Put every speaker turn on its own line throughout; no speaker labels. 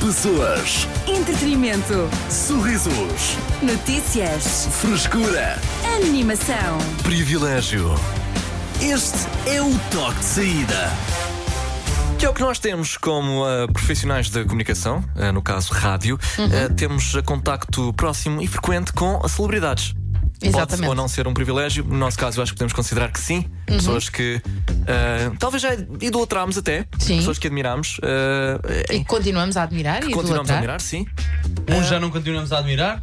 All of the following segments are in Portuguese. Pessoas,
Entretenimento.
sorrisos,
Notícias.
frescura,
Animação.
privilégio. Este é o toque de saída.
Que é o que nós temos como ah, profissionais da comunicação, ah, no caso rádio,
Uhum.
ah, temos ah, contacto próximo e frequente com as celebridades. Pode
Exatamente. Uhum.
ou não ser um privilégio, no nosso caso eu acho que podemos considerar que sim. Pessoas que ah, talvez já idolatramos até,
Sim.
pessoas que admiramos, ah, eh,
E continuamos a admirar e
continuamos a
idolatrar.
admirar, sim.
Uns já não continuamos a admirar,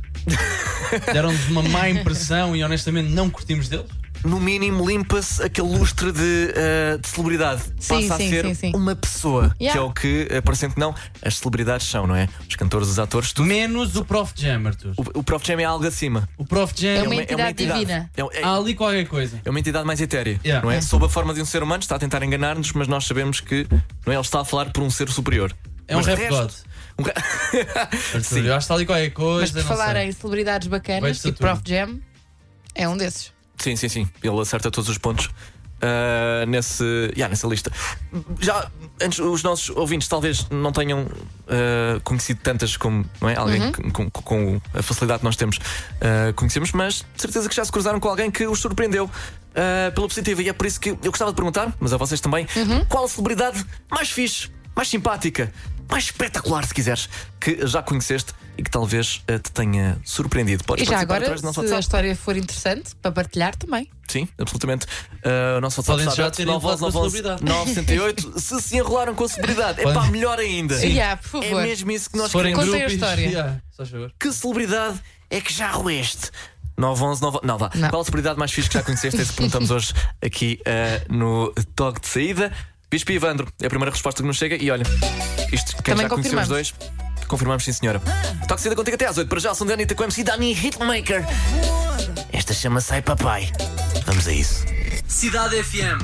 deram-nos uma má impressão e honestamente não curtimos deles.
No mínimo limpa-se aquele lustre de, ah, de celebridade.
Sim,
Passa
sim,
a ser
sim, sim.
uma pessoa, que
Yeah.
é o que, ah, parecendo que não, as celebridades são, não é? Os cantores, os atores, tudo.
Menos o Prof. Jam, Arthur.
O, o Prof. Jam é algo acima.
O Prof. Jam,
É uma- entidade divina.
É, um- é-
há ali qualquer coisa.
é uma entidade mais etérea,
Yeah.
não é?
É.
Sob a forma de um ser humano, está a tentar enganar-nos, mas nós sabemos que não é? ele está a falar por um ser superior.
É um
Mas de
rap
resto-
god.
um ra-
Arthur,
Sim.
eu acho que está ali qualquer
Mas
coisa.
por
não
falar
sei.
em celebridades
Vejo
bacanas, tipo
Saturno.
Prof Jam, é um desses.
Sim, sim, sim. Ele acerta todos os pontos ah, nesse, yeah, nessa lista. Já antes, os nossos ouvintes talvez não tenham ah, conhecido tantas como não é? alguém
Uhum.
que- com, com a facilidade que nós temos ah, conhecemos, mas de certeza que já se cruzaram com alguém que os surpreendeu ah, pela positiva. E é por isso que eu gostava de perguntar, mas a vocês também,
Uhum.
qual a celebridade mais fixe, mais simpática, mais espetacular, se quiseres, que já conheceste e que talvez ah, te tenha surpreendido. Podes
E já
participar
agora,
através do nosso
se a
WhatsApp.
história for interessante, para partilhar também.
Sim, absolutamente. Uh, o nosso WhatsApp
Podem
está
já
aberto,
terem falado com a
911
celebridade.
968. se se enrolaram com a celebridade, é pá,
Podem.
melhor ainda.
Yeah, por
É
favor.
mesmo isso que
Se
nós
forem
queremos.
Contem a
grupos,
história.
yeah, só favor.
Que celebridade é que já roeste? 911, 9... não vá.
Não.
Qual a celebridade mais fixe que já conheceste? É isso que perguntamos hoje aqui uh, no Toque de Saída. Bispo e Evandro, é a primeira resposta que nos chega. E olha, isto quem
Também
já conheceu os
confirmamos.
dois, confirmamos, sim, senhora. Toque de Saída contigo até às 8. Para já, são Danita com MC Dani Hitmaker. Esta chama Sai Papai. Vamos a isso.
Cidade FM.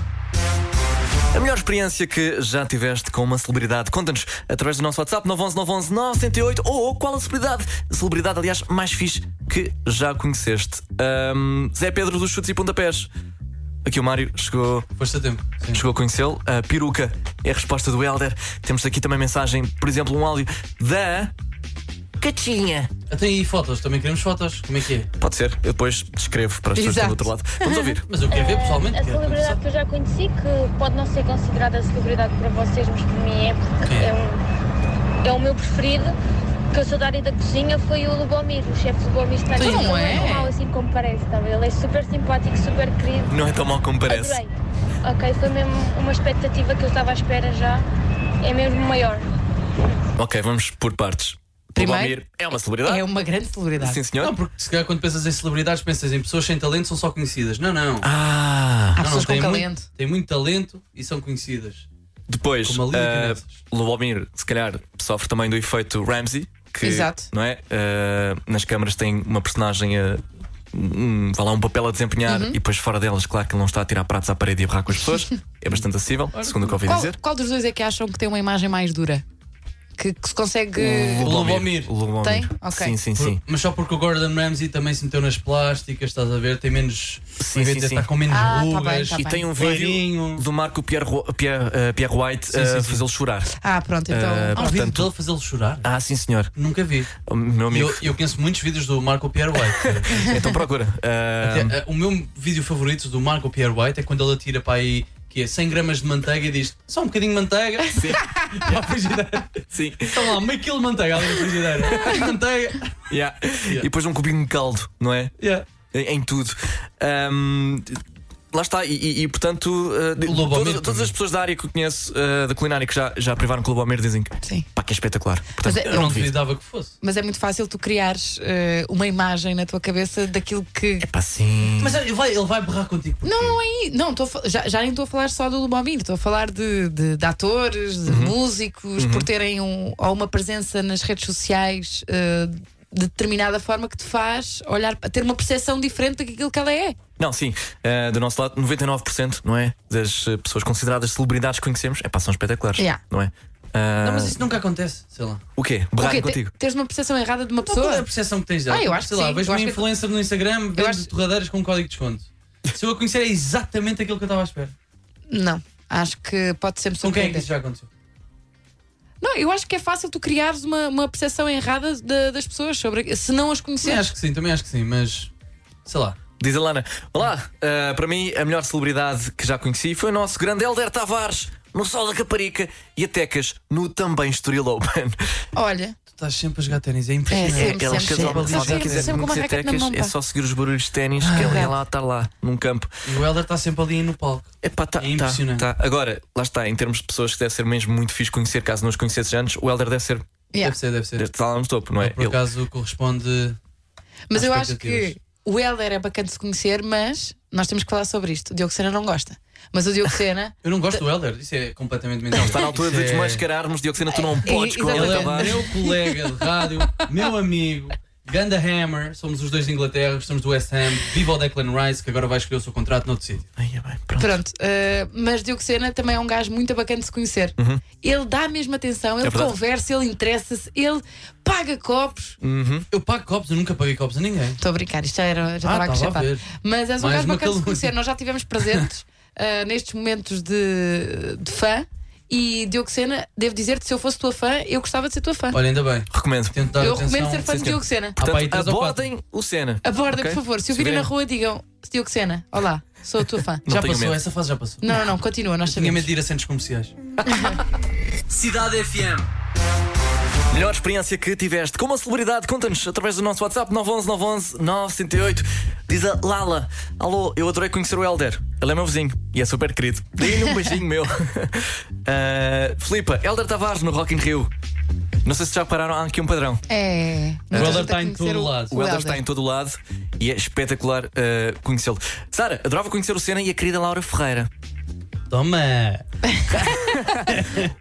A melhor experiência que já tiveste com uma celebridade? Conta-nos através do nosso WhatsApp 911 911 908 ou qual a celebridade, celebridade aliás, mais fixe que já conheceste? Ahm, Zé Pedro dos Chutes e Pontapés. Aqui o Mário chegou,
Foste a tempo. Sim.
chegou a conhecê-lo. A peruca é a resposta do Helder. Temos aqui também mensagem, por exemplo, um áudio da. Catinha.
Até aí fotos, também queremos fotos. Como é que é?
Pode ser, eu depois descrevo para as pessoas que estão do outro lado. Vamos ouvir.
Mas eu quero ver pessoalmente.
A
quero
celebridade que eu já conheci, que pode não ser considerada celebridade para vocês, mas para mim é, porque
Quem é?
é, um- é o meu preferido, que eu sou da área da cozinha, foi o Lubomir, o chefe do Lubomir está
Tu
aqui.
não
Ele
é?
tão mau assim como parece, tá? a ver? ele é super simpático, super querido,
Não é tão mal como parece.
adorei. Ok, foi mesmo uma expectativa que eu estava à espera já, é mesmo maior.
Ok, vamos por partes.
Primeiro,
Lubomir é uma celebridade.
É uma grande celebridade.
Sim, senhor.
Não, porque se calhar quando pensas em celebridades, pensas em pessoas sem talento, são só conhecidas. Não, não.
Ah,
Há
não, não,
pessoas com
têm
talento.
Muito, têm muito talento e são conhecidas.
depois
Como a Lilian
eh,
Canessas.
Lubomir, se calhar, sofre também do efeito Ramsey, que
Exato.
não é? Eh, nas câmaras tem uma personagem a. Um, vai lá um papel a desempenhar
Uhum.
e depois fora delas, claro que ele não está a tirar pratos à parede e a barrar com as pessoas. é bastante acessível, segundo o que ouvi
Qual,
dizer.
qual dos dois é que acham que tem uma imagem mais dura? Que, que se consegue.
Lubomir.
Lubomir.
Eh, Tem? Ok.
Sim, sim,
Por-
sim.
Mas só porque o Gordon Ramsay também se meteu nas plásticas, estás a ver? Tem menos.
Sim,
o
sim,
evento
sim.
Está com menos
Ah, tá bem,
rugas.
tá
E
bem.
tem um vídeo
Clarinho.
do Marco Pierre, Ro- Pierre, eh, Pierre White
Sim, sim,
a
sim.
fazê-lo chorar.
Ah, pronto, então.
Eh,
Há um
portanto-
vídeo dele fazê-lo chorar?
Ah, sim, senhor.
Nunca vi.
O meu
E
amigo.
Eu, eu conheço muitos vídeos do Marco Pierre White.
Então procura. Eh,
Até, eh, o meu vídeo favorito do Marco Pierre White é quando ele atira para aí que é 100 gramas de manteiga e diz só um bocadinho de manteiga para a frigideira.
sim.
Estão lá meio quilo de manteiga ali na frigideira. manteiga.
Yeah. E depois um cubinho de caldo, não é?
Yeah.
Em, em tudo. Ahm, lá está, e, e- e, portanto, ah, de-
O Lobomir
todas, todas
também.
as pessoas da área que eu conheço ah, da culinária que já, já privaram com o Lobomir dizem que,
Sim.
pá, que é espetacular. Portanto,
Mas é-
Eu não
duvido.
duvidava que fosse.
Mas é muito fácil tu criares eh, uma imagem na tua cabeça daquilo que.
Pá, sim.
Mas ele vai, ele vai berrar contigo.
Não, não é. isso. Não, tô a fa- já, já nem estou a falar só do Lubomir, estou a falar de, de, de atores, de
Uhum.
músicos, por terem um, ou uma presença nas redes sociais eh, de determinada forma que te faz olhar, ter uma percepção diferente daquilo que ela é.
Não, sim. Ah, do nosso lado, 99%, não é? Das ah, pessoas consideradas celebridades que conhecemos, é pá, são espetaculares.
Yeah.
Não é? Ah,
Não, mas isso nunca acontece, sei lá.
O quê?
O
Berrar
quê? Te-
contigo?
teres uma percepção errada de uma
Ah, é Não, qual é a
pessoa?
percepção que tens dela?
Ah, eu acho
sei
que
lá,
sim,
vejo
eu
uma
acho que-
influencer no Instagram vendo
acho-
torradeiras com um código de desconto. Se eu a conhecer é exatamente aquilo que eu estava à espera.
Não. Acho que pode sempre
Com quem é
surpreender.
que isso já aconteceu?
Não, Não, eu acho que é fácil tu criares uma, uma percepção errada da- das pessoas sobre se não as
Sim,
conheceres.
acho que sim, também acho que sim, mas sei lá.
Diz a Lana: Olá, ah, para mim a melhor celebridade que já conheci foi o nosso grande Helder Tavares, no Sol da Caparica e a Tecas, no também Estoril Open.
Olha,
Tu estás sempre a jogar ténis, é
é,
impressionante.
sempre,
Aquelas
sempre,
casal
sempre.
se alguém
Sempre,
quiser
sempre com uma
conhecer
raquete na
Tecas,
mão,
é
pá. Ah.
só seguir os barulhos de ténis, que ela é lá, está lá, num campo.
E o Helder está sempre ali no palco.
Epá, tá,
É impressionante.
Tá, tá. Agora, lá está, em termos de pessoas que deve ser mesmo muito fixe conhecer, caso não os conhecesse antes, o Helder deve ser.
Yeah.
Deve ser, deve ser.
Deve estar lá no topo, não é?
Ah, Por
Ele-
acaso corresponde.
Mas
Há
eu acho que
expectativas.
o Helder é bacana de se conhecer, mas nós temos que falar sobre isto. O Diogo Sena não gosta. Mas o Diogo Sena.
Eu não gosto do Helder, isso é completamente mental.
Está tá na altura
é-
de desmascararmos Diocena, tu não podes com tá o
Ele
Helder
é
Tavares.
meu colega de rádio, meu amigo, Ganda Hammer, somos os dois de Inglaterra, somos do West Ham, viva o Declan Rice, que agora vai escolher o seu contrato noutro sítio.
Ai, é bem, pronto.
Pronto, eh, mas Diogo Sena também é um gajo muito bacana de se conhecer.
Uhum.
Ele dá a mesma atenção, ele
É verdade.
conversa, ele interessa-se, ele paga copos.
Hum. Eu pago copos, eu nunca paguei copos a ninguém.
Estou a brincar, isto já era, já
Ah,
estava a
estava a
acrescentar.
ver.
Mas és um
Mais
gajo
uma
bacana de se
calúnia.
conhecer, nós já tivemos presentes ah, nestes momentos de, de fã. E Diogo Sena, devo dizer-te, se eu fosse tua fã, eu gostava de ser tua fã.
Olha, ainda bem.
Recomendo.
Tento dar
eu
atenção.
recomendo ser fã de
Sim,
Diogo Sena.
Há para um aí
Portanto,
três ou quatro.
abordem o Sena.
Aborda,
Ok?
por favor. Se o
Se
virem na
virem-
rua, digam Diogo Sena, olá, sou a tua fã.
Não
Já
tenho
passou,
medo.
essa fase já passou.
Não, não, não, continua, nós
Tinha medo
sabemos.
de ir a centros comerciais.
Cidade FM.
Melhor experiência que tiveste com uma celebridade, conta-nos através do nosso WhatsApp 911 911 978. Diz a Lala: Alô, eu adorei conhecer o Helder. Ele é meu vizinho e é super querido. Dei-lhe um beijinho meu. Uh, Filipa, Helder Tavares no Rock in Rio. Não sei se já pararam, há aqui um padrão.
É.
O
Muita
Helder
gente a
está em
conhecer
todo lado.
O Helder está em todo o lado e é espetacular uh, conhecê-lo. Sara, adorava conhecer o Senna e a querida Laura Ferreira.
Toma!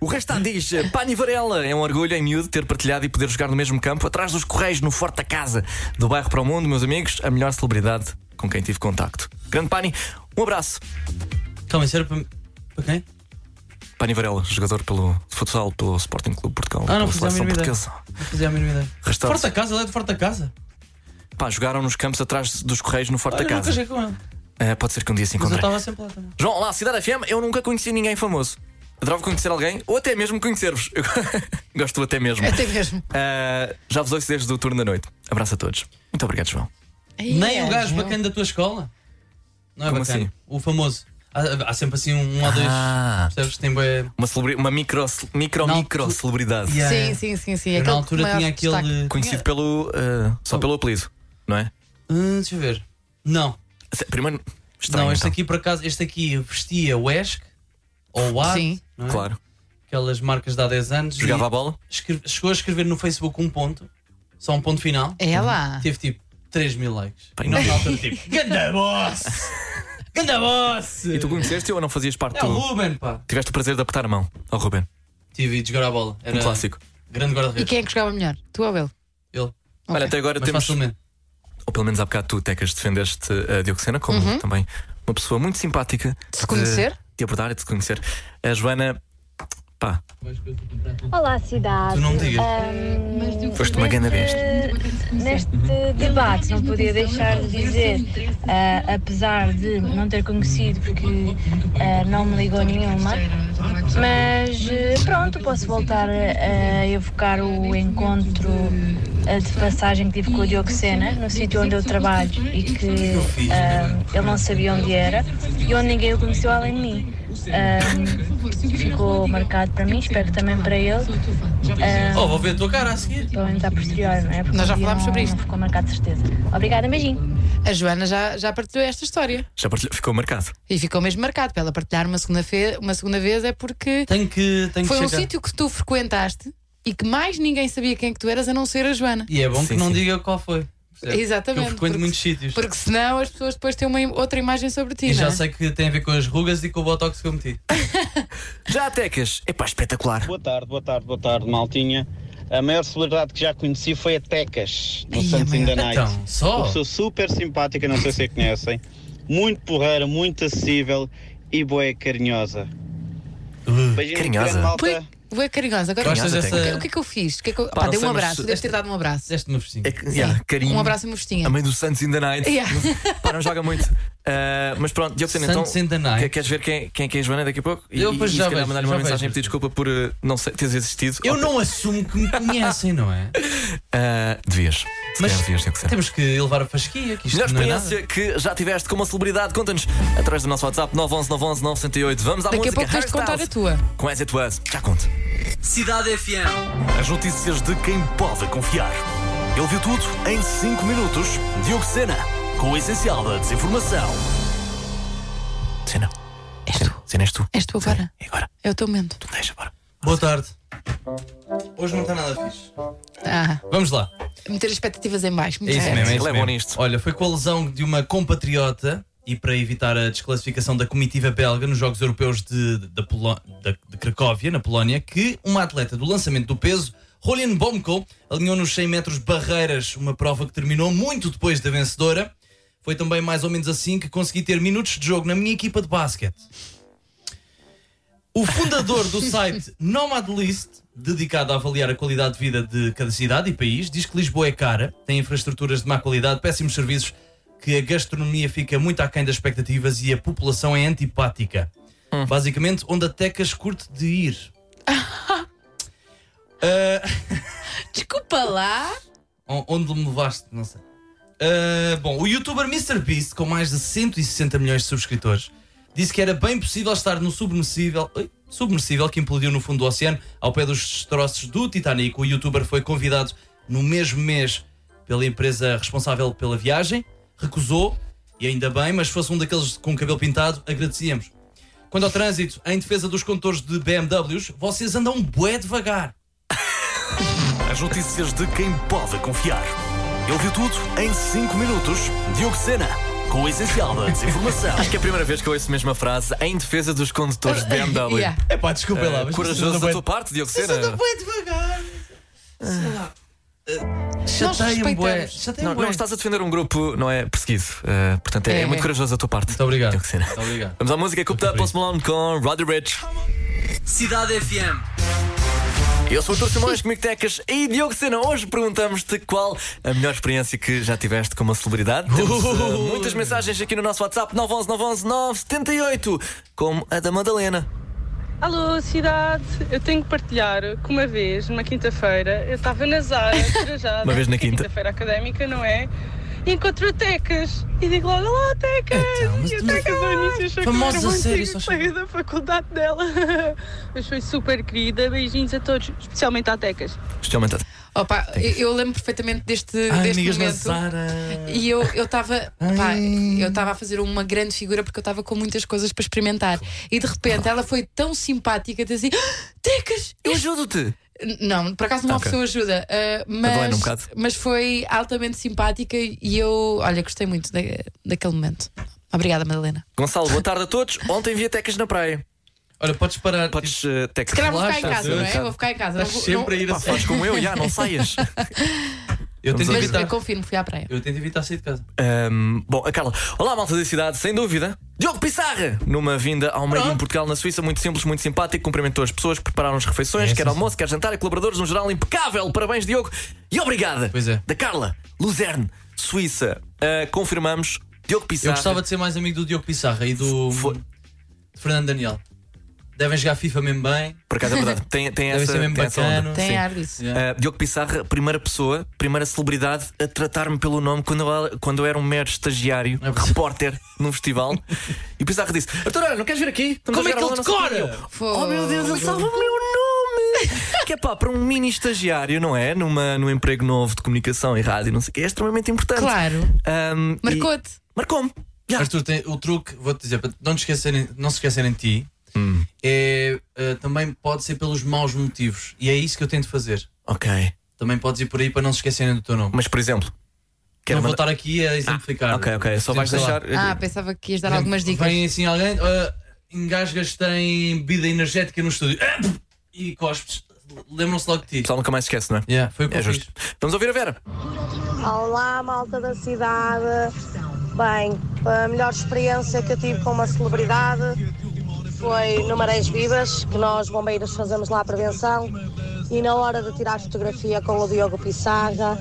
O resto diz eh, Pani Varela. É um orgulho em miúdo ter partilhado e poder jogar no mesmo campo, atrás dos Correios, no Forte da Casa. Do bairro para o mundo, meus amigos, a melhor celebridade com quem tive contacto. Grande Pani, um abraço.
Calma, isso era para. Para quem?
Pani Varela, jogador pelo de futsal pelo Sporting Clube de Portugal.
Ah, não
pela
fazia a
seleção
mínima
portuguesa.
Não fazia a mínima ideia.
Restaurante.
Forte da casa, ele é de Forte da casa.
Pá, jogaram nos campos atrás dos Correios, no Forte
Olha,
da
nunca
Casa.
joguei com ele.
Eh, pode ser que um dia se
Mas eu
encontrem.
estava sempre lá também.
João, lá, Cidade FM, eu nunca conheci ninguém famoso. Adorava conhecer alguém ou até mesmo conhecer-vos. Eu Gosto do até mesmo.
Até mesmo.
Eh, já vos ouço desde o turno da noite. Abraço a todos. Muito obrigado, João.
Nem o gajo
é, Não.
bacana da tua escola. Não é
Como
bacana.
assim?
O famoso. Há, há sempre assim um ou dois.
Ah.
Percebes? Tem bem.
Uma, celebri- uma micro, micro,
Não,
micro
tu-
celebridade.
Sim, sim, sim, sim.
Eu,
aquele
na altura
maior
tinha
destaque.
aquele.
Conhecido pelo. eh,
Oh.
só pelo apelido, não é?
Hum, deixa eu ver. Não,
Se- Primeiro. Estranho,
não, este
então.
aqui por acaso, este aqui vestia o ESC ou o AD,
Sim.
não é?
Claro.
aquelas marcas de há 10 anos.
Jogava
e
a bola.
escre- Chegou a escrever no Facebook um ponto, só um ponto final.
É lá.
Teve tipo 3 mil likes.
Bem,
e nós
não.
na altura tipo, Ganda boss! Ganda boss!
E tu conheceste ou não fazias parte
É o
do.
Ruben, pá!
Tiveste o prazer de apertar a mão ao Ruben.
Tive de jogar a bola. Era
Um clássico.
Grande
E
guarda-redes.
quem é que jogava melhor? Tu ou ele?
Ele.
Olha, até agora
Mas
temos.
facilmente.
Ou pelo menos há bocado tu, Tecas, defendeste a Diocena como
Uhum.
também uma pessoa muito simpática. De
se conhecer.
De, abordar e de se conhecer. A Joana. Pá,
Olá, cidade.
Tu não me digas.
foste é
Uhum.
uma grande besta.
Neste debate, não podia deixar de dizer, ah, apesar de não ter conhecido, porque ah, não me ligou nenhuma, mas eh, pronto, posso voltar a a evocar o encontro ah, de passagem que tive com o Diogo Sena, no sítio onde eu trabalho e que ah, ele não sabia onde era e onde ninguém o conheceu além de mim. Ah, ficou marcado para mim, espero que também para ele. Ah,
Oh, vou ver a tua cara a seguir.
pelo menos à posterior, não é? Porque
Nós já
um dia
falámos
não-
sobre isto.
Não ficou marcado de certeza. Obrigada, beijinho.
A Joana já, já partilhou esta história.
Já partilhou, ficou marcado.
E ficou mesmo marcado. Para ela partilhar uma segunda, fe... uma segunda vez é porque
Tenho que, tenho
foi
que
um
checar.
sítio que tu frequentaste e que mais ninguém sabia quem é que tu eras a não ser a Joana.
E é bom
Sim,
que não
sim.
diga qual foi. percebe?
Exatamente,
Porque Eu frequento
porque-
muitos sítios.
Porque senão as pessoas depois têm uma im- outra imagem sobre ti.
E
não é?
já sei que tem a ver com as rugas e com o botox que eu meti.
Já a Tecas. É pá, espetacular.
Boa tarde, boa tarde, boa tarde, maltinha. A maior celebridade que já conheci foi a Tecas, no
Ai, a
Santos in the
é
Night.
Então,
Uma
só.
pessoa super simpática, não sei se a conhecem. Muito porreira, muito acessível e boa carinhosa. Beijinho
Carinhosa?
grande, malta.
Pois- Vou é carinhosa. Agora
Gostas
o que-
dessa-
O que é que eu fiz? O que é que eu... Pá,
não
dei um
sei, mas-
abraço. Deves ter dado um abraço.
Deste-me fresquinho.
É que, yeah, carinho.
Um abraço e uma festinha.
A mãe do Santos in the night.
Yeah.
Pá, não joga muito. Ah, mas pronto, Diogo Sena, então.
Santos in the night.
que- Queres ver quem, quem, é que é a Joana daqui a pouco? E-
Eu,
e,
pois,
e
já
se calhar
vejo,
mandar-lhe uma
já
mensagem a
vejo.
pedir desculpa por eh, não sei, teres existido.
Eu
Oh,
não assumo que me conhecem, não é?
ah, devias. Se
Mas
calhar devias, Diogo Sena.
Temos que elevar a fasquia, que isto
Melhor
não é nada.
experiência que já tiveste com uma celebridade, conta-nos através do nosso WhatsApp 911 911 968. Vamos à
Daqui a
música.
pouco tens de contar a
Hairstyles.
tua.
Com As It Was, já conto.
Cidade FM.
As notícias de quem pode confiar.
Ele viu tudo em 5 minutos. Diogo Sena, com o essencial da desinformação.
Sena. És tu. Sena, és tu.
És tu agora.
E agora?
É o teu momento.
Tu me deixa, bora.
Boa tarde. Hoje não está nada fixe.
Ah,
Vamos lá.
meter as expectativas em baixo. Muito
É isso
certo.
mesmo, é
Ele
isso
é bom
mesmo.
nisto.
Olha, foi com a lesão de uma compatriota e para evitar a desclassificação da comitiva belga nos Jogos Europeus de, de, da Polo- da- de Cracóvia, na Polónia, que uma atleta do lançamento do peso, Rolian Bomko, alinhou nos 100 metros barreiras, uma prova que terminou muito depois da vencedora. Foi também mais ou menos assim que consegui ter minutos de jogo na minha equipa de basquete. O fundador do site Nomad List, dedicado a avaliar a qualidade de vida de cada cidade e país, diz que Lisboa é cara, tem infraestruturas de má qualidade, péssimos serviços, que a gastronomia fica muito aquém das expectativas e a população é antipática. Basicamente, onde a Tecas curte de ir. Ah,
Desculpa lá.
On- Onde me levaste? Não sei. Ah, bom, o youtuber MrBeast, com mais de 160 milhões de subscritores, disse que era bem possível estar no submersível, oi, submersível que implodiu no fundo do oceano, ao pé dos destroços do Titanic. O youtuber foi convidado no mesmo mês pela empresa responsável pela viagem, recusou, e ainda bem, mas se fosse um daqueles com cabelo pintado, agradecíamos. Quanto ao trânsito, em defesa dos condutores de BMWs, vocês andam bué devagar.
As notícias de quem pode confiar. Ele viu tudo em 5 minutos. Diogo Sena, com o essencial da desinformação.
Acho que é a primeira vez que eu ouço a mesma frase em defesa dos condutores de BMW.
Yeah.
É pá, desculpa lá.
Eh,
mas é vocês
corajoso
andam
da
bué
tua parte, Diogo
Vocês
Sena.
andam bem devagar. Sei lá. Chateiam bué.
respeitamos.
Chateiam
Não, não
bué.
estás a defender um grupo, não é? Perseguido. Eh, portanto, é,
É,
é muito
é.
corajoso da tua parte.
Muito obrigado.
Diogo Sena.
Muito obrigado.
Vamos à música Cooped Up Post Malone com Roddy Rich.
Cidade FM.
Eu sou o Artur Simões, comigo Tecas e Diogo Sena. Hoje perguntamos-te qual a melhor experiência que já tiveste com uma celebridade. Temos eh, muitas mensagens aqui no nosso WhatsApp 911 911 978, como a da Madalena.
Alô, cidade! Eu tenho que partilhar que uma vez, numa quinta-feira, eu estava na Zara, trajada.
Uma vez na
porque é
quinta.
Quinta-feira académica, não é? E encontro o Tecas e digo logo: Olá, Tecas!
Então, mas
e o
tu-
Tecas ao início achou que eu
Famosa
era uma
série,
antiga
só chama.
colega da faculdade dela. Mas foi super querida. Beijinhos a todos, especialmente à Tecas.
Especialmente.
Opa, eu, eu lembro perfeitamente deste,
Ai,
deste
amigas
momento.
da Zara.
E eu estava eu estava a fazer uma grande figura porque eu estava com muitas coisas para experimentar. E de repente ela foi tão simpática de assim: "Ah, Tecas!
Eu ajudo-te!
N- Não, por acaso não
Ok.
ofereceu ajuda, ah,
Madalena,
mas,
um bocado.
mas foi altamente simpática e eu, olha, gostei muito da, daquele momento. Obrigada, Madalena.
Gonçalo, boa tarde a todos. Ontem vi a Tecas na praia.
Olha, podes parar.
Podes, eh, Tecas.
Se calhar vou ficar em
Relaxa,
casa, não é?
relaxa.
Vou ficar em casa. Não
Estás
vou,
sempre a ir a
Pá, faz como eu, já, não saias.
Eu tento
Vamos
Mas
evitar.
eu confirmo, fui à praia.
Eu tento evitar sair de casa.
Ahm, bom, a Carla. Olá, malta da cidade, sem dúvida. Diogo Pissarra! Numa vinda ao meio em Portugal, na Suíça, muito simples, muito simpático, cumprimentou as pessoas, prepararam as refeições,
É,
quer
sim,
almoço, quer jantar, e colaboradores, no geral, impecável. Parabéns, Diogo. E obrigada.
Pois é.
Da Carla, Luzerne, Suíça. Ah, confirmamos, Diogo
Eu
Pissarra.
gostava de ser mais amigo do Diogo Pissarra e do
Foi-
de Fernando Daniel. Devem jogar FIFA mesmo bem.
Por acaso é verdade, tem, tem
Deve
essa.
ser mesmo
tem essa onda.
bacana.
Tem
Sim.
ar disso.
Yeah.
Uh, Diogo Pissarra, primeira pessoa, primeira celebridade a tratar-me pelo nome quando eu, quando eu era um mero estagiário,
É verdade.
repórter, num festival. e o Pissarra disse: Arthur, olha, não queres vir aqui? Estamos
Como
a
é que
jogar a
ele
bola, não sei o quê."
decora?
E eu, Oh meu Deus, ele salva o meu nome! que é pá, para um mini estagiário, não é? Numa, num emprego novo de comunicação e rádio, não sei o quê, é extremamente importante.
Claro.
Um, e-
Marcou-te.
Marcou-me. Já.
Arthur, tem, o truque, vou-te dizer, para não, te esquecerem, não se esquecerem de ti,
Hum.
é, eh, também pode ser pelos maus motivos. E é isso que eu tento fazer.
Ok.
Também podes ir por aí para não se esquecerem do teu nome.
Mas por exemplo,
não
quero
vou
mandar- Ah,
estar aqui a exemplificar.
Ok, ok, só vais
Sei lá.
deixar.
Ah, pensava que ias dar algumas dicas.
é Vem assim alguém, ah, engasgas, tem bebida energética no estúdio Ah, pff, e cospes. Lembram-se logo de
O
ti.
pessoal nunca mais se esquece, não é?
Yeah, foi o que
É
eu
justo.
fiz.
Vamos ouvir a Vera.
Olá, malta da cidade. Bem, a melhor experiência que eu tive com uma celebridade foi no Marés Vivas, que nós bombeiros fazemos lá a prevenção, e na hora de tirar fotografia com o Diogo Pissarra,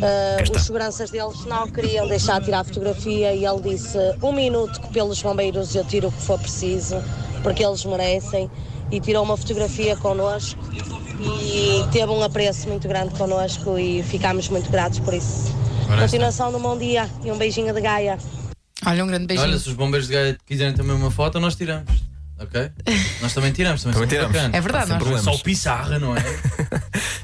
eh,
Cá está.
os seguranças deles não queriam deixar tirar fotografia e ele disse um minuto que pelos bombeiros eu tiro o que for preciso, porque eles merecem, e tirou uma fotografia connosco e teve um apreço muito grande connosco e ficámos muito gratos por isso.
Ora está.
Continuação de um bom dia e um beijinho de Gaia.
Olha, um grande beijinho.
Olha, se os bombeiros de Gaia quiserem também uma foto, nós tiramos. Ok? Nós também tiramos, também,
Também
somos
tiramos.
bacanas.
É verdade,
Sem
nós-
Não é
problemas.
Só o Pissarra, não é?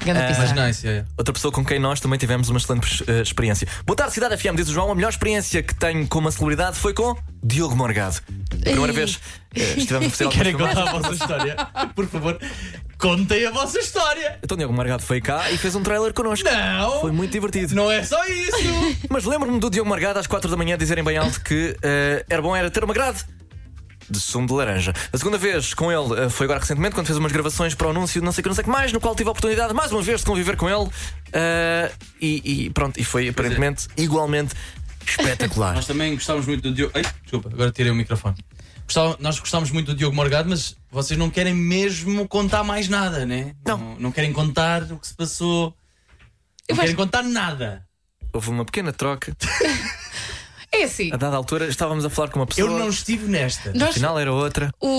Grande
Mas
pizza.
não, isso é.
Outra pessoa com quem nós também tivemos uma excelente eh, experiência. Boa tarde, Cidade FM, diz o João. A melhor experiência que tenho com uma celebridade foi com Diogo Morgado. Primeira
Ei.
vez eh, estivemos a fazer algumas
Querem
filmagens.
contar a vossa história? Por favor, contem a vossa história!
Então, Diogo Morgado foi cá e fez um trailer connosco.
Não!
Foi muito divertido.
Não é só isso!
Mas lembro-me do Diogo Margado às 4 da manhã dizerem bem alto que eh, era bom era ter uma grade de sumo de laranja. A segunda vez com ele eh, foi agora recentemente, quando fez umas gravações para o anúncio de não sei o que, não sei o que mais, no qual tive a oportunidade mais uma vez de conviver com ele. eh, e, e pronto, e foi aparentemente igualmente espetacular.
Nós também gostávamos muito do Diogo. Ai, desculpa, agora tirei o microfone. Gostava- nós gostávamos muito do Diogo Morgado, mas vocês não querem mesmo contar mais nada, né?
Não.
Não, não querem contar o que se passou. Não querem contar nada.
Houve uma pequena troca.
É assim.
A dada altura estávamos a falar com uma
Eu
pessoa,
não estive nesta.
Nós,
afinal era outra.
o, o,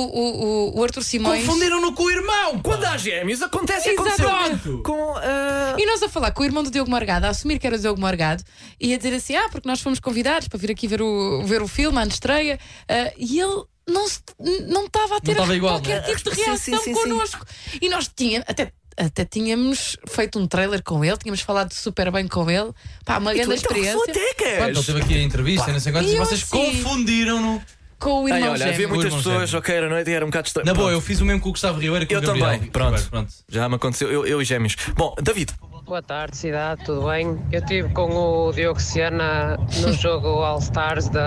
o, o Arthur Simões.
Confundiram-no com o irmão!
Quando
pá.
há gêmeos, acontece e aconteceu
Exatamente.
com. eh,
E nós a falar com o irmão do Diogo Morgado, a assumir que era o Diogo Morgado, e a dizer assim: ah, porque nós fomos convidados para vir aqui ver o, ver o filme, a estreia, ah, e ele não se- não estava a ter
estava igual,
qualquer
né?
tipo de
Sim,
reação
sim, sim, sim.
connosco. E nós tínhamos, até, até tínhamos feito um trailer com ele, tínhamos falado super bem com ele, pá, uma
e tu,
grande
então, que
experiência
Pronto, ele
footecas!
teve aqui a entrevista, e não sei quantas,
E
e
eu
vocês
assim-
confundiram-no.
com o
Ei,
irmão
olha,
gêmeo.
havia muitas
Irmão
pessoas,
gêmeo.
ok, era noite e era um bocado estranho.
Na boa,
Pronto.
eu fiz o mesmo com o Gustavo Ribeiro e com
Eu
o Gabriel.
também, pronto.
pronto.
Já me aconteceu, eu, eu e gêmeos. Bom, David,
Boa tarde, cidade, tudo bem? Eu estive com o Diogo Sena no jogo All Stars de,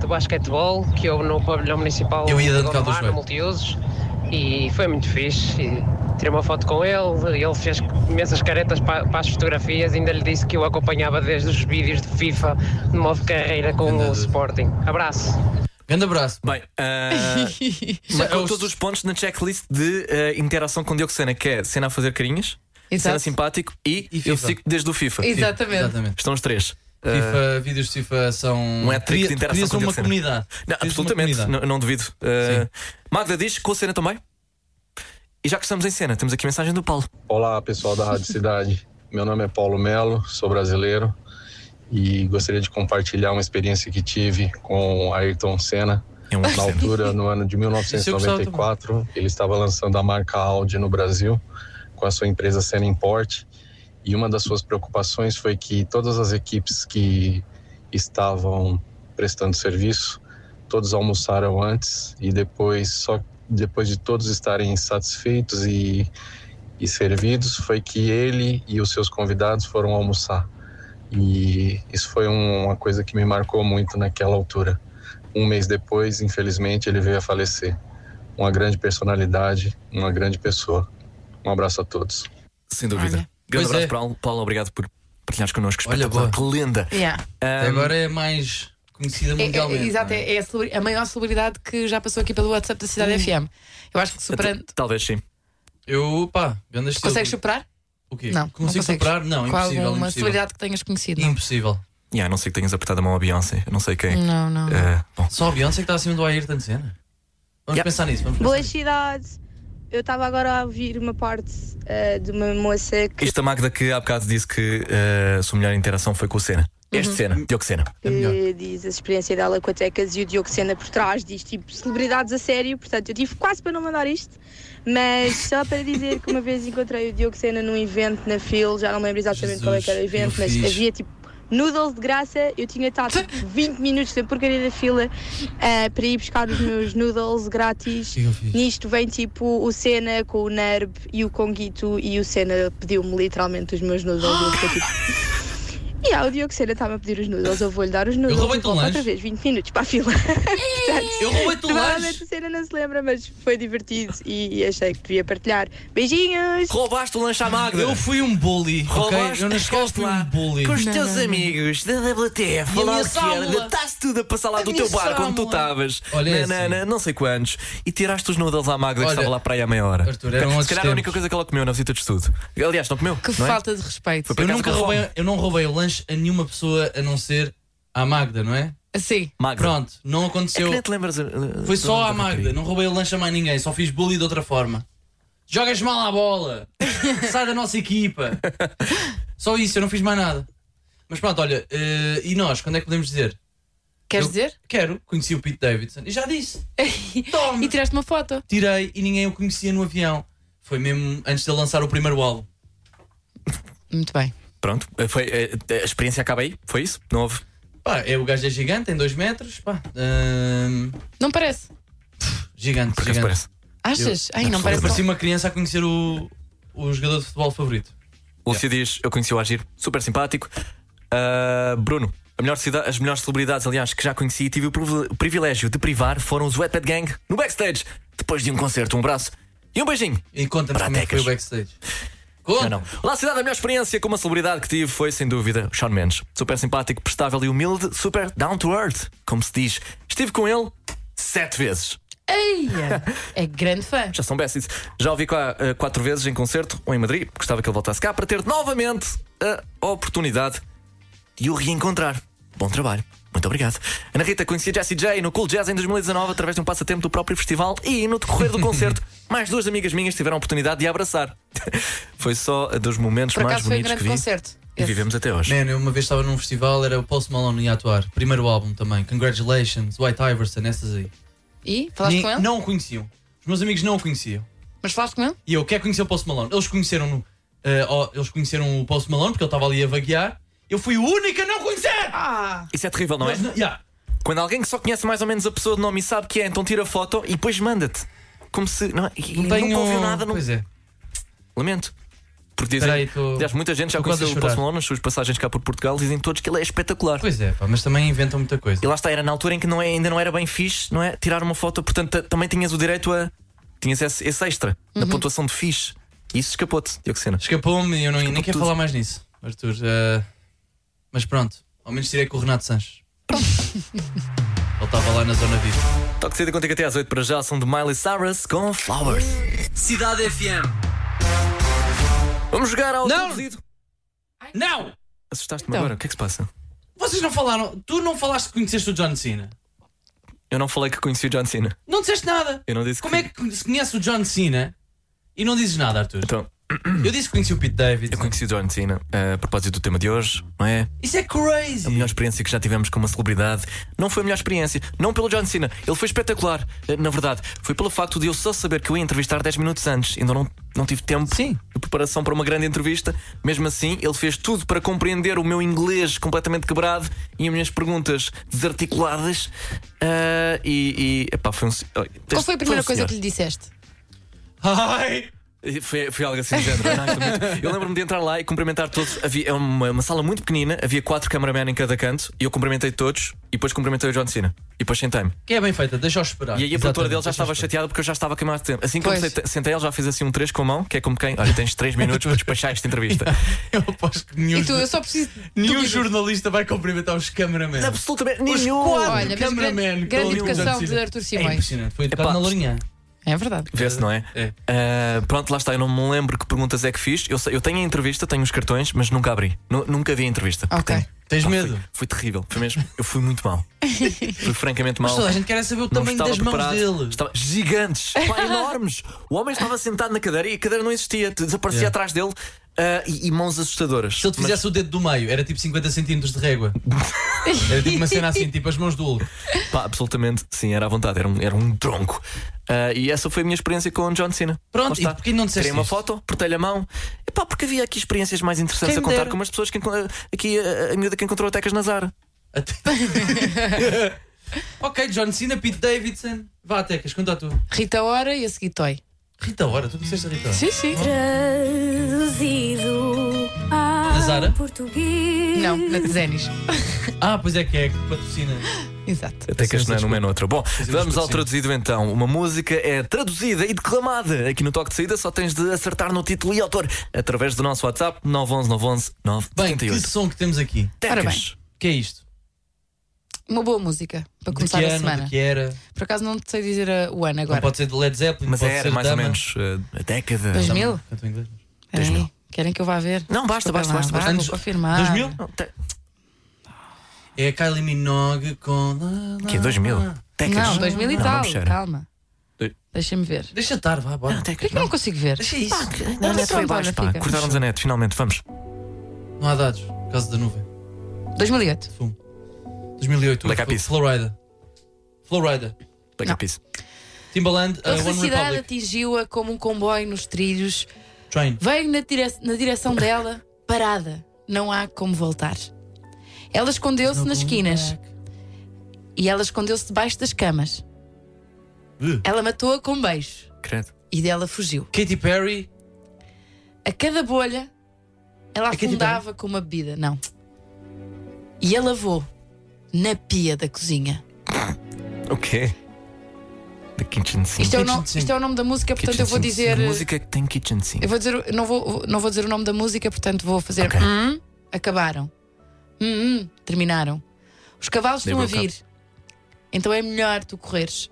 de basquetebol que houve no pavilhão municipal
Eu ia
de
dando cabo dos
Gondomar, no
velhos.
multiusos, e foi muito fixe. E tirei uma foto com ele, ele fez imensas caretas pa- para, as fotografias, ainda lhe disse que eu acompanhava desde os vídeos de FIFA de modo carreira com o Sporting. Abraço.
Grande abraço.
bem, uh, marcou todos os pontos na checklist de eh, interação com Diogo Sena, que é cena a fazer carinhas, cena
Exato.
simpático e,
E
eu
FIFA.
fico desde o FIFA.
Exatamente.
assim, tipo, Exatamente.
Estão os três. Eh,
FIFA, vídeos de FIFA são.
Um hat-trick de
Cria-
interação
cria-se
com o
uma
Diogo Sena.
comunidade.
não,
Cria-se uma
absolutamente,
comunidade.
não, não duvido. Eh, Magda diz com a cena também. E já que estamos em cena, temos aqui a mensagem do Paulo.
Olá, pessoal da Rádio Cidade. Meu nome é Paulo Melo, sou brasileiro e gostaria de compartilhar uma experiência que tive com Ayrton Senna.
É um
Na
cena.
altura, no ano de
Isso eu gostava
1994, ele estava lançando a marca Audi no Brasil com a sua empresa Senna Import. E uma das suas preocupações foi que todas as equipes que estavam prestando serviço, todos almoçaram antes e depois, só depois de todos estarem satisfeitos e, e servidos, foi que ele e os seus convidados foram almoçar. E isso foi um- uma coisa que me marcou muito naquela altura. Um mês depois, infelizmente, ele veio a falecer. Uma grande personalidade, uma grande pessoa. Um abraço a todos.
Sem dúvida.
Olha.
Grande
Pois
abraço,
é.
Paulo. Paulo, obrigado por partilhares connosco.
Olha,
Espetacular, que linda. Ah,
Yeah.
Até agora é mais conhecida
É, é,
mundialmente.
exato,
não é?
é, é a, celebri- a maior celebridade que já passou aqui pelo WhatsApp da Cidade FM. Eu acho que superando.
Talvez sim.
Eu, pá, grande estilo.
Consegues superar?
O quê?
Não, não
Consigo
consegues.
superar? Não,
Com
impossível.
alguma
impossível.
celebridade é que tenhas conhecido? não?
impossível.
Yeah, a não sei que tenhas apertado a mão à Beyoncé, eu não sei quem.
Não,
Hum.
não.
Eh, bom.
Só a Beyoncé que está acima do Ayrton Senna. Vamos
Yeah.
pensar nisso. Vamos pensar
Boas
nisso.
cidades. Eu estava agora a ouvir uma parte eh, de uma moça que,
Isto a Magda que há bocado disse que eh, a sua melhor interação foi com o Senna. Este Senna, Diogo Senna.
É melhor.
que diz a experiência dela com a Tecas e o Diogo Sena por trás diz tipo celebridades a sério, portanto eu tive quase para não mandar isto, mas só para dizer que uma vez encontrei o Diogo Sena num evento na Phil, já não me lembro exatamente qual é que era o
Jesus,
evento,
que
mas
fixe.
havia tipo noodles de graça, eu tinha estado tipo, 20 minutos da porcaria da fila eh, para ir buscar os meus noodles grátis.
O que é que eu fiz?
Nisto vem tipo o Senna com o Nerb e o Conguito e o Senna pediu-me literalmente os meus noodles. Eu fiquei, tipo,
E há o Diogo Sena estava a pedir os noodles, eu vou-lhe dar os noodles. e
roubei-te
volto
um
Outra
lanche.
vez, 20 minutos para a fila. Portanto,
Eu roubei-te um
Provavelmente o Sena não se lembra, mas foi divertido e achei que devia partilhar. Beijinhos!
Roubaste o lanche à Magda.
Eu fui um bully, ok?
Roubaste,
Eu na escola fui um bully.
Com os teus amigos da WTF,
E a
lá
minha
o que era,
sábula?
estás tudo a passar lá
A
do
minha
teu barco onde tu
sábula?
estavas, na,
Olha,
na,
assim.
na- não sei quantos, e tiraste os noodles à Magda que
Olha,
estava lá para aí à meia hora.
Arthur, eram
Se
outros
calhar a única
tempos.
coisa que ela comeu na visita de estudo. Aliás, não comeu.
Que
não é?
falta de respeito.
Foi para
Eu
casa
nunca
com
roubei,
fome.
eu não roubei o lanche a nenhuma pessoa a não ser à Magda, não é?
Sim.
Magda.
Pronto, não
É que
aconteceu.
nem te lembras. uh, do
Foi só
nome
à
da
Magda,
rapariga.
não roubei o lanche a mais ninguém, só fiz bully de outra forma. Jogas mal à bola, sai da nossa equipa. Só isso, eu não fiz mais nada. Mas pronto, olha, eh, e nós, quando é que podemos dizer?
Queres
Eu-
dizer?
Quero, conheci o Pete Davidson e já disse. Toma!
E tiraste uma foto.
Tirei e ninguém o conhecia no avião. Foi mesmo antes de ele lançar o primeiro álbum.
Muito bem.
Pronto, foi, uh, a experiência acaba aí, foi isso? Não houve.
Pá, é, o gajo é gigante, tem 2 metros, pá. ahm,
Não parece?
gigante,
Por acaso
gigante.
parece.
Achas?
Eu-
Ai, não parece.
Parecia uma criança a conhecer o, o jogador de futebol favorito.
O Lúcio diz: Eu conheci o Agir, super simpático. Ah, Bruno, a melhor cida- as melhores celebridades, aliás, que já conheci e tive o privile- o privilégio de privar foram os Wetpad Gang no backstage, depois de um concerto. Um abraço e um beijinho.
E conta-nos
Para
como é que foi
Tecas.
o backstage.
Não, não. Lá, a cidade, a melhor experiência com uma celebridade que tive foi, sem dúvida, o Shawn Mendes. Super simpático, prestável e humilde, super down to earth, como se diz. Estive com ele sete vezes.
Ei! É grande fã.
Já são besties. Já ouvi qua- eh, quatro vezes em concerto, um em Madrid. Gostava que ele voltasse cá para ter novamente a oportunidade de o reencontrar. Bom trabalho. Muito obrigado. Ana Rita conhecia Jessie J no Cool Jazz em 2019 através de um passatempo do próprio festival e no decorrer do concerto mais duas amigas minhas tiveram a oportunidade de a abraçar. Foi só eh, dos momentos
Por
mais
acaso foi um
bonitos que
grande
vi
concerto. É.
e vivemos até hoje.
Man, eu uma vez estava num festival, era o Post Malone a atuar. Primeiro álbum também. Congratulations, White Iverson, essas aí.
E? Falaste
Nem-
com ele?
Não o conheciam. Os meus amigos não o conheciam.
Mas falaste com ele?
E eu quero conhecer o Post Malone. Eles conheceram no. eh, ó, eles conheceram o Post Malone porque ele estava ali a vaguear. Eu fui o único a não conhecer!
Ah!
Isso é terrível, não é?
Mas não- yeah.
Quando alguém que só conhece mais ou menos a pessoa de nome e sabe que é, então tira foto e depois manda-te. Como se. Não, é? e, e nunca ouviu nada, não,
Pois é.
Lamento. Porque dizem.
Peraí, tô-
Aliás, muita gente já
tô quase
conheceu
a
o
chorar.
Post Malone nas suas passagens cá por Portugal, dizem todos que ele é espetacular.
Pois é, pá, mas também inventam muita coisa.
E lá está, era na altura em que não é- ainda não era bem fixe, não é? Tirar uma foto, portanto ta- também tinhas o direito a. Tinhas esse, esse extra na pontuação de fixe. E isso escapou-te, Diogo Sena.
Escapou-me e eu não, nem
Escapou
quero
tudo.
falar mais nisso, Arthur. Eh, mas pronto, ao menos tirei com o Renato Sanches. Pronto. Ele estava lá na zona VIP.
Toque cedo contigo até às 8 para já, são de Miley Cyrus com Flowers.
Cidade FM.
Vamos jogar ao
Não!
traduzido.
Não!
Assustaste-me
Então.
agora, o que é que se passa?
Vocês não falaram. Tu não falaste que conheceste o John Cena.
Eu não falei que conheci o John Cena.
Não disseste nada.
Eu não disse
Como
que.
é que se conhece o John Cena e não dizes nada, Arthur?
Então,
Eu disse que conheci o Pete David.
eu conheci o John Cena eh, a propósito do tema de hoje, não é?
Isso é crazy!
A melhor experiência que já tivemos com uma celebridade não foi a melhor experiência, não pelo John Cena, ele foi espetacular. Eh, Na verdade, foi pelo facto de eu só saber que eu ia entrevistar 10 minutos antes, ainda não, não tive tempo de preparação para uma grande entrevista. Mesmo assim, ele fez tudo para compreender o meu inglês completamente quebrado e as minhas perguntas desarticuladas. Ah, e, e epá, foi um. se-
Qual foi a primeira
um
coisa
senhor.
que lhe disseste?
Ai!
Foi, foi algo assim do género. Não, isto é muito- eu lembro-me de entrar lá e cumprimentar todos. Havia é uma, uma sala muito pequenina, havia quatro cameramen em cada canto e eu cumprimentei todos e depois cumprimentei o John Cena. E depois sentei-me.
Que é bem feita, deixa-o esperar.
E aí a produtora
Exatamente,
dele já
deixa-o
estava
esperar.
chateada porque eu já estava a queimar tempo. Assim que eu me
Pois.
sentei, sentei, ele já fez assim um 3 com a mão, que é como quem, olha, tens 3 minutos para despachar esta entrevista.
Eu aposto que nenhum,
E tu, eu só preciso.
nenhum
tu-
jornalista vai cumprimentar os cameramen.
É Absolutamente
Os
nenhum.
quatro
Olha, mas grande,
cameramen que
grande
estão ali com o
educação
John
de
Cena.
Arthur
É
Simões.
impressionante, foi educado
Epá,
na Lourinhã.
É, verdade.
Vê-se, não é?
É.
Ah, pronto, lá está, eu não me lembro que perguntas é que fiz. Eu, sei- eu tenho a entrevista, tenho os cartões, mas nunca abri. Nu- nunca vi a entrevista.
Ok.
Tens
Pá,
medo?
Foi, foi terrível, foi mesmo. Eu fui muito mal. Fui francamente
Mas
mal.
toda a gente quer é saber o
Não
tamanho
estava
das mãos
preparado.
dele.
Estava- gigantes, pá, enormes. O homem estava sentado na cadeira e a cadeira não existia, desaparecia
Yeah.
atrás dele ah, e, e mãos assustadoras.
Se ele te fizesse o dedo do meio, era tipo 50 centímetros de régua. Era tipo uma cena assim, tipo as mãos do Hulk.
Mas, pá, absolutamente, sim, era à vontade, era um, era um tronco. Ah, e essa foi a minha experiência com o John Cena.
Pronto,
Lá
e
está.
porquê não disseste
Tirei uma
isto?
foto, portei-lhe a mão. Epá, porque havia aqui experiências mais interessantes
Quem
a contar
dera.
com umas pessoas que encon- aqui a, a miúda que encontrou a Tecas Nazar.
Até- ok, John Cena, Pete Davidson. Vá, Tecas, conta tu.
Rita Ora e a seguir Toy.
Rita Ora, tu conheceste a Rita Ora?
Sim, sim.
Nas Zara?
Português. Não, na Zenis.
Ah, pois é que é, que patrocina.
Exato.
Até que este não é numa é noutra. Bom, vamos ao
patrocínios.
traduzido então. Uma música é traduzida e declamada. Aqui no Toque de Saída só tens de acertar no título e autor através do nosso WhatsApp 911 911
Bem, que
978.
som que temos aqui?
Ora bem.
Tecas.
O que é isto?
Uma boa música para começar
de que
a
ano,
semana.
de que era?
Por acaso não sei dizer a- o ano agora.
Não pode ser de Led Zeppelin,
Mas
pode
era
ser
mais ou
Dama.
menos eh, a década.
2000?
Canto em inglês.
Espera aí. Querem que eu vá ver?
Não, basta,
Desculpa
basta,
lá,
basta,
vá,
basta.
Vou confirmar.
2000? É a Kylie Minogue com. lá, lá,
Que é 2000?
lá.
Tecas.
Não, 2000 e
Não,
tal.
não me cheira.
calma.
Doi-
Deixa-me ver.
Deixa estar, vá, bora.
Não,
Por que é
Tecas.
que eu não consigo ver?
Deixa isso.
Não, a
Onde é
net
que
foi
a bola
embaixo, pá.
fica?
Cortaram-nos a net, finalmente, vamos.
Não há dados, por causa da nuvem.
2008.
2008,
Black
o-
Eyed Peas.
Florida. Florida.
Black
Não.
Eyed Peas.
Timbaland,
A
uh, One
felicidade
Republic.
atingiu-a como um comboio nos trilhos.
Train.
Veio na, dire- na direção dela, parada. Não há como voltar. Ela escondeu-se nas esquinas. E ela escondeu-se debaixo das camas.
Uh.
Ela matou-a com um beijo.
Credo.
E dela fugiu.
Katy Perry.
A cada bolha, ela
é
Katy
tipo
afundava com uma bebida. Não. E a lavou na pia da cozinha.
O quê? The Kitchen Sink.
Isto é, o
Kitchen
no-
Sink.
isto é o nome da música, portanto
Kitchen
eu vou
Sink.
dizer.
Que música é que tem Kitchen Sink.
Eu vou dizer, o- não vou, não vou dizer o nome da música, portanto vou fazer.
Ok.
"Hum, acabaram. Hum, hum, terminaram. Os cavalos
They
estão a
broke
vir. Então é melhor tu correres.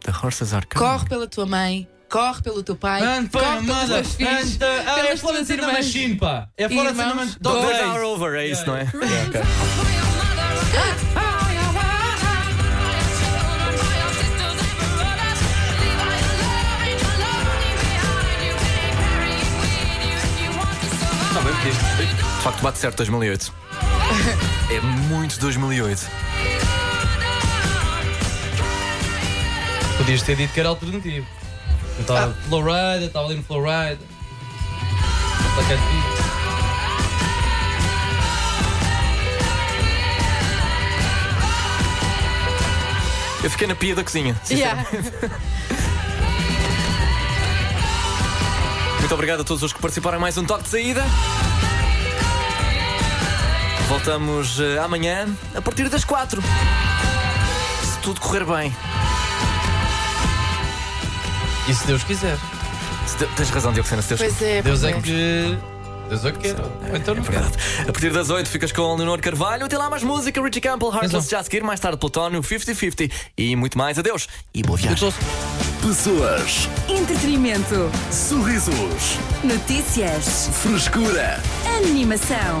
The Horses Are Coming.
Corre pela tua mãe, corre pelo teu pai,
And for
corre pelos
mother.
teus filhos.
And, uh, ah, é
pelas
Florence
tuas
and the
irmãs.
Machine, pá. É Florence and the
Irmãos.
Machine.
Dog
Dog
Days
Days.
Are Over, é isso, não é? Está bem porque isto- De facto, bate certo 2008. É muito 2008.
Podias ter dito que era alternativo. Eu estava
Ah.
Florida, estava ali no Florida. Está quietinho.
Eu fiquei na pia da cozinha.
Yeah.
Muito obrigado a todos os que participaram em mais um toque de saída. Voltamos eh, amanhã a partir das 4. Se tudo correr bem.
E se Deus quiser.
Se de- Tens razão, Diogo Sena, se Deus
Pois é,
Deus
pois
é que. Deus é que quer. Ou Então não quer.
Verdade. A partir das 8 ficas com Leonor Carvalho. Até lá mais música, Richie Campbell, Heartless já a seguir, mais tarde Plutónio, 50-50 e muito mais. Adeus e boa viagem.
Pessoas,
Entretenimento.
é-
sorrisos,
Notícias.
frescura.
Animação.